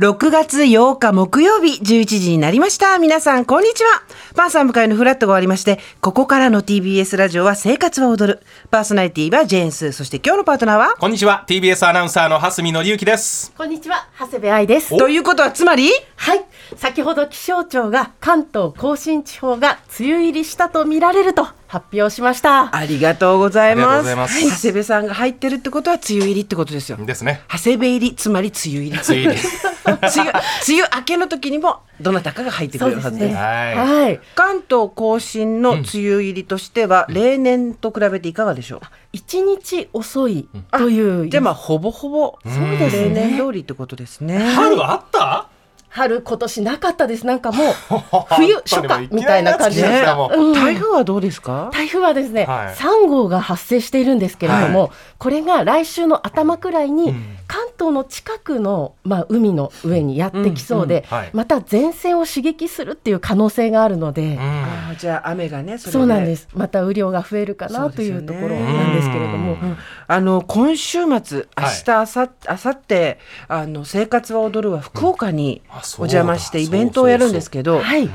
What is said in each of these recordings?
6月8日木曜日11時になりました。皆さん、こんにちは。パンサー向かいのフラットが終わりまして、ここからの TBS ラジオは生活は踊る。パーソナリティはジェーンス。そして今日のパートナーはこんにちは TBS アナウンサーの蓮見紀之ですこんにちは、長谷部愛です。ということは、つまりはい、先ほど気象庁が関東甲信地方が梅雨入りしたと見られると発表しました。ありがとうございありがまとうごす。ざいますはい長谷部さんが入ってるってことは、梅雨入りってことですよ。ですね長谷部入り、つまり梅雨入り。 ついに梅雨梅雨明けの時にもどなたかが入ってくそうれるですはずです。ね。はいはい。関東甲信の梅雨入りとしては、例年と比べていかがでしょう、一日遅いという。じゃあまあほぼほぼそうです例ね年通りってことですね。春あった春今年なかったです。なん かもう冬初夏みたいな感じででねししたた。もううん台風はどうですか？台風はですね、はい3号が発生しているんですけれども、はこれが来週の頭くらいに、うん関東の近くの、まあ、海の上にやってきそうで、うんうんはいまた前線を刺激するっていう可能性があるので、うんあーじゃあ雨がねそれ。そうなんですすまた雨量が増えるかそなうとですいようねところなんですけれども、うんあの今週末明日明後日あの生活は踊るは福岡にあおそうだ邪魔してイベントをやるんですけど、はい、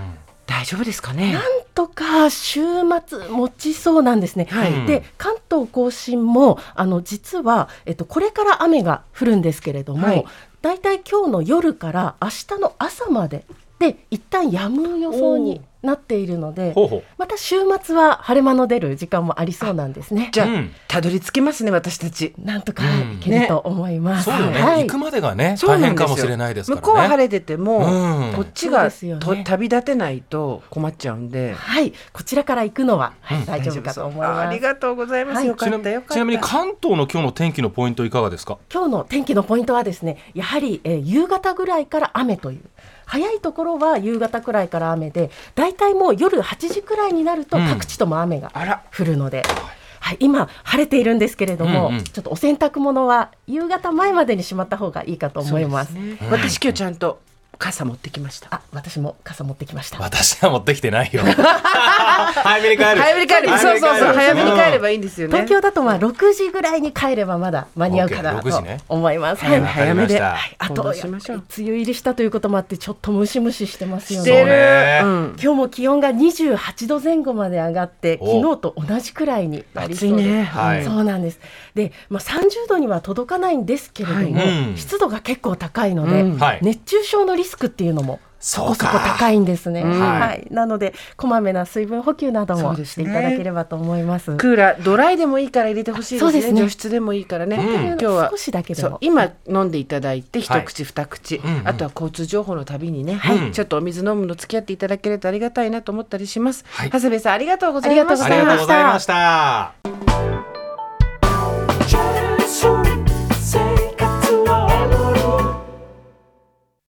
大丈夫ですかねな？んとか週末持ちそうなんですね。はいで関東甲信もあの実は、えっと、これから雨が降るんですけれども、はいだいたい今日の夜から明日の朝までで一旦やむ予想になっているのでほうほうまた週末は晴れ間の出る時間もありそうなんですね。じゃあ、うんたどり着けますね私たち。なんとかいけると思います。そうよね、はい行くまでがねそう大な変んでかすよもしれないですからね向こうは晴れてても、うんこっちがそうですとよね旅立てないと困っちゃうんで。はい、こちらから行くのは、はい大丈夫かと思いああまりす。がとうございます。はいよかちなったよかった。ちなみに関東の今日の天気のポイントいかがですか今日の天気のポイントはですねやはり、えー夕方ぐらいから雨という早いところは夕方くらいから雨で大体もう夜8時くらいになるとうん各地とも雨があら降るので、はい、今晴れているんですけれども、うんうんちょっとお洗濯物は夕方前までにしまった方がいいかと思いますそうですね私今日ちゃんと傘持ってきました。あ私も傘持ってきました私は持ってき てないよ早めに帰る早めに帰れば、そうそうそう、早めに帰ればいいんですよね。東京だとまあ6時ぐらいに帰ればまだ間に合うか OK な6時とね思います、早めはい早めで。わかりまはいああととやしっぱましりょ梅う。雨入りしたということもあってちょっとムシムシしてますよしねてそうねる。うん今日も気温が28度前後まで上がってお昨日と同じくらいになり暑そいうですね。はいそうなんですで、まあ、30度には届かないんですけれども、はいうん湿度が結構高いので、うんはい熱中症のリスクっていうのもそそうこかそこ高いんですね、んはいなのでこまめな水分補給などそうもですしねていただければと思います。クーラードライでもいいから入れてほしいですそうねですね除湿でもいいからね、うん今日は少しだけでそもう今飲んでいただいて一はい口二口、うんうんあとは交通情報のたびにね、はいちょっとお水飲むの付き合っていただけるとありがたいなと思ったりします、はい長谷部さんありがとうござありいがとまうごしあざりいがまとしうたございました